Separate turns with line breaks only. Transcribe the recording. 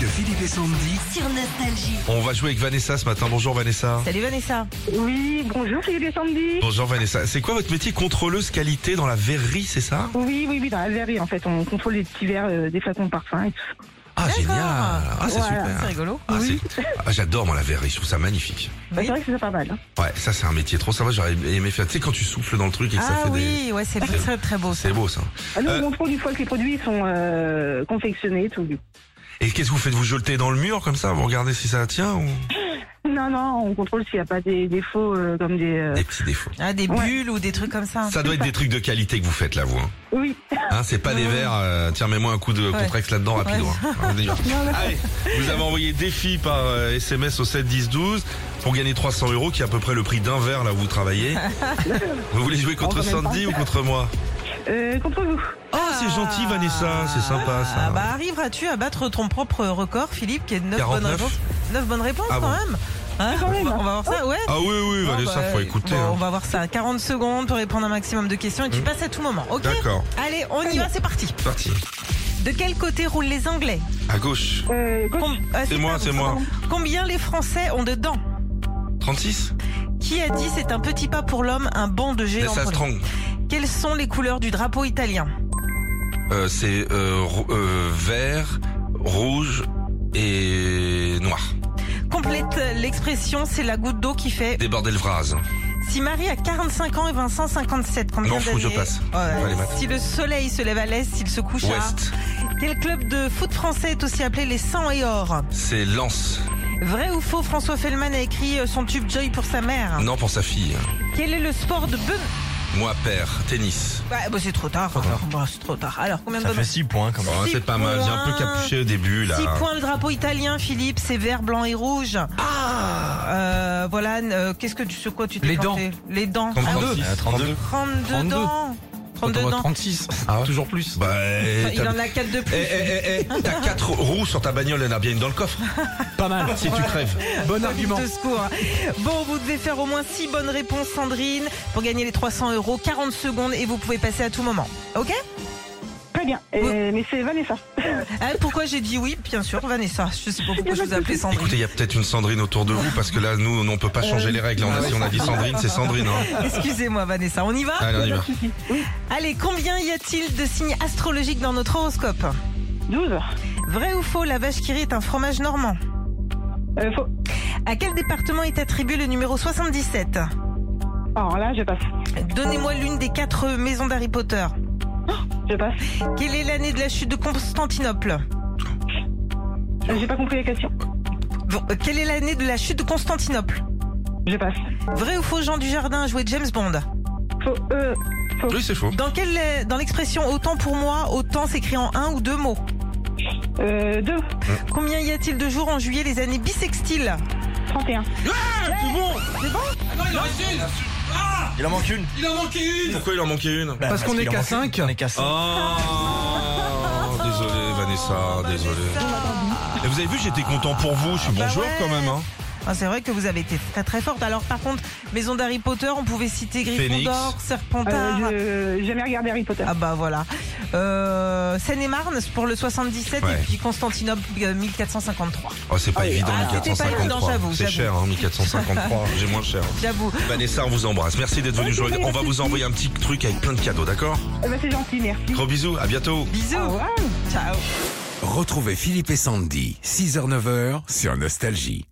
de Philippe et Sandy.
sur Nostalgie.
On va jouer avec Vanessa ce matin. Bonjour Vanessa.
Salut Vanessa.
Oui, bonjour, c'est les samedis.
Bonjour Vanessa. C'est quoi votre métier Contrôleuse qualité dans la verrerie, c'est ça
Oui, oui, oui, dans la verrerie, en fait, on contrôle les petits verres euh, des flacons de parfum et tout.
Ah
D'accord.
génial. Ah c'est
Voilà.
C'est
super.
rigolo.
Ah, c'est- ah, j'adore moi la verrerie, je trouve ça magnifique.
Bah,
Oui.
C'est vrai que c'est pas mal. hein.
Ouais, ça c'est un métier trop sympa, j'aurais aimé faire. Tu sais quand tu souffles dans le truc et que ça
Ah
fait des
oui, ouais, c'est
C'est-
très très beau ça.
c'est beau ça.
Ah, nous,
Euh.
on contrôle une fois que les produits sont euh, confectionnés et tout.
Et qu'est-ce que vous faites Vous jetez dans le mur comme ça Vous regardez si ça tient ou
Non, non, on contrôle s'il n'y a pas des défauts euh, comme des... euh,
des petits défauts
Ah, des
Ouais.
bulles ou des trucs comme ça.
Ça doit être des trucs de qualité que vous faites là vous. Hein,
Oui,
Hein, c'est pas des verres euh, tiens mets-moi un coup de
Ah. Ouais.
contrex là-dedans rapido.
Ouais.
hein. On y va. Allez, vous avez envoyé défi par euh, SMS au 7 10 12 pour gagner 300 euros, qui est à peu près le prix d'un verre là où vous travaillez. vous voulez jouer contre
Oh, quand même
Sandy ou contre moi
euh, contre vous.
Oh, c'est gentil Vanessa, c'est sympa ça.
Ah, bah arriveras-tu à battre ton propre record, Philippe, qui est de 9 bonnes
49?
réponses 9 bonnes réponses
Ah
quand
bon.
même. Hein
Quand
on,
même.
va, on va voir ça, ouais.
Ah oui oui,
Ah,
Vanessa,
bah,
faut écouter.
bon,
hein. Mmh.
On va voir ça. 40 secondes pour répondre à un maximum de questions et tu passes à tout moment, ok
D'accord.
Allez, on y va, c'est parti.
C'est parti.
De quel côté roulent les Anglais
À gauche.
Euh, gauche.
Com- ah,
C'est moi,
pardon,
c'est moi.
pardon. Combien les Français ont de dents
36
Qui a dit c'est un petit pas pour l'homme, un bond de géant
Vanessa
pour lui
Strong.
Quelles sont les couleurs du drapeau italien
Euh, c'est euh, ro- euh, vert, rouge et noir.
Complète l'expression, c'est la goutte d'eau qui fait.
Débordez le phrase.
Si Marie a 45 ans et Vincent 57, combien
M'en fous,
d'années
je passe.
Ouais.
Pas les maths.
Si le soleil se lève à l'est, s'il se couche
Ouest,
à. Quel club de foot français est aussi appelé les 100 et or
c'est Lance.
Vrai ou faux, François Fellman a écrit euh, son tube Joy pour sa mère.
Non pour sa fille.
Quel est le sport de Ben
Moi père, tennis.
Ouais, bah, c'est trop tard. alors. Bah, c'est trop tard. Alors, combien de bonnes
6 points quand
Oh,
Six
c'est pas mal, j'ai un peu
points.
capuché au début là.
6 points le drapeau italien, Philippe, c'est vert, blanc et rouge. Ah euh, Voilà, euh, qu'est-ce que tu, sur quoi tu t'es
Les
planté Les dents.
Comme
Ah oui,
36.
32. 32.
32, dents. 32 dents.
36. Toujours plus.
Bah, eh,
Il
t'as-
en a 4 de
Eh,
plus.
eh, eh, eh, t'as quatre roues sur ta bagnole, il y en a bien une dans le coffre.
Pas mal.
Si tu crèves.
Bon argument.
De secours. Bon, vous devez faire au moins 6 bonnes réponses, Sandrine, pour gagner les 300 euros, 40 secondes, et vous pouvez passer à tout moment. Ok
Très bien. Euh,
Oui.
Mais c'est Vanessa.
Ah, Pourquoi j'ai dit oui Bien sûr, Vanessa. Je sais pas pourquoi je vous ai appelé Sandrine.
Écoutez, il y a peut-être une Sandrine autour de vous parce que là, nous, on peut pas changer les règles. On a, si on a dit Sandrine, c'est Sandrine. hein.
Excusez-moi, Vanessa. On y va
Allez, on y va.
Allez, combien y a-t-il de signes astrologiques dans notre horoscope
12.
Vrai ou faux, la vache qui rit est un fromage normand
Euh, faux.
À quel département est attribué le numéro 77
Alors là, je passe.
Donnez-moi l'une des quatre maisons d'Harry Potter.
Je passe.
Quelle est l'année de la chute de Constantinople
Euh, J'ai pas compris la question.
Bon, euh, Quelle est l'année de la chute de Constantinople
Je passe.
Vrai ou faux, Jean Dujardin a joué James Bond
Faux. Euh,
Oui, c'est faux.
Dans, quelle, euh, dans l'expression autant pour moi, autant s'écrit en un ou deux mots
euh, 2.
Combien y a-t-il de jours en juillet les années bissextiles
31.
Il en manque une. Bah,
Pourquoi il en manquait une
Parce, qu'on est qu'à 5. On est qu'à 5.
Oh, désolé, Vanessa, désolé. Et vous avez vu, j'étais content pour vous. Je suis
Bah
bonjour
ouais.
quand même. Hein.
Ah, c'est vrai que vous avez été très très forte. Alors par contre, maison d'Harry Potter, on pouvait citer Gryffondor, Serpentard.
Euh, je- j'ai jamais regardé Harry Potter.
Ah bah voilà. Euh, Seine-et-Marne pour le 77
Ouais.
et puis Constantinople euh, 1453.
Oh, c'est pas
Ah oui.
évident,
Ah, c'était pas évident,
1453.
j'avoue,
C'est
j'avoue.
cher, hein, 1453. J'ai moins cher.
J'avoue.
Vanessa, on vous embrasse. Merci d'être venu jouer. On va vous envoyer un petit truc avec plein de cadeaux, d'accord
Eh ben, c'est gentil, merci.
Gros bisous, à bientôt.
Bisous.
Au revoir.
Ciao.
Retrouvez Philippe et Sandy, 6h-9h sur Nostalgie.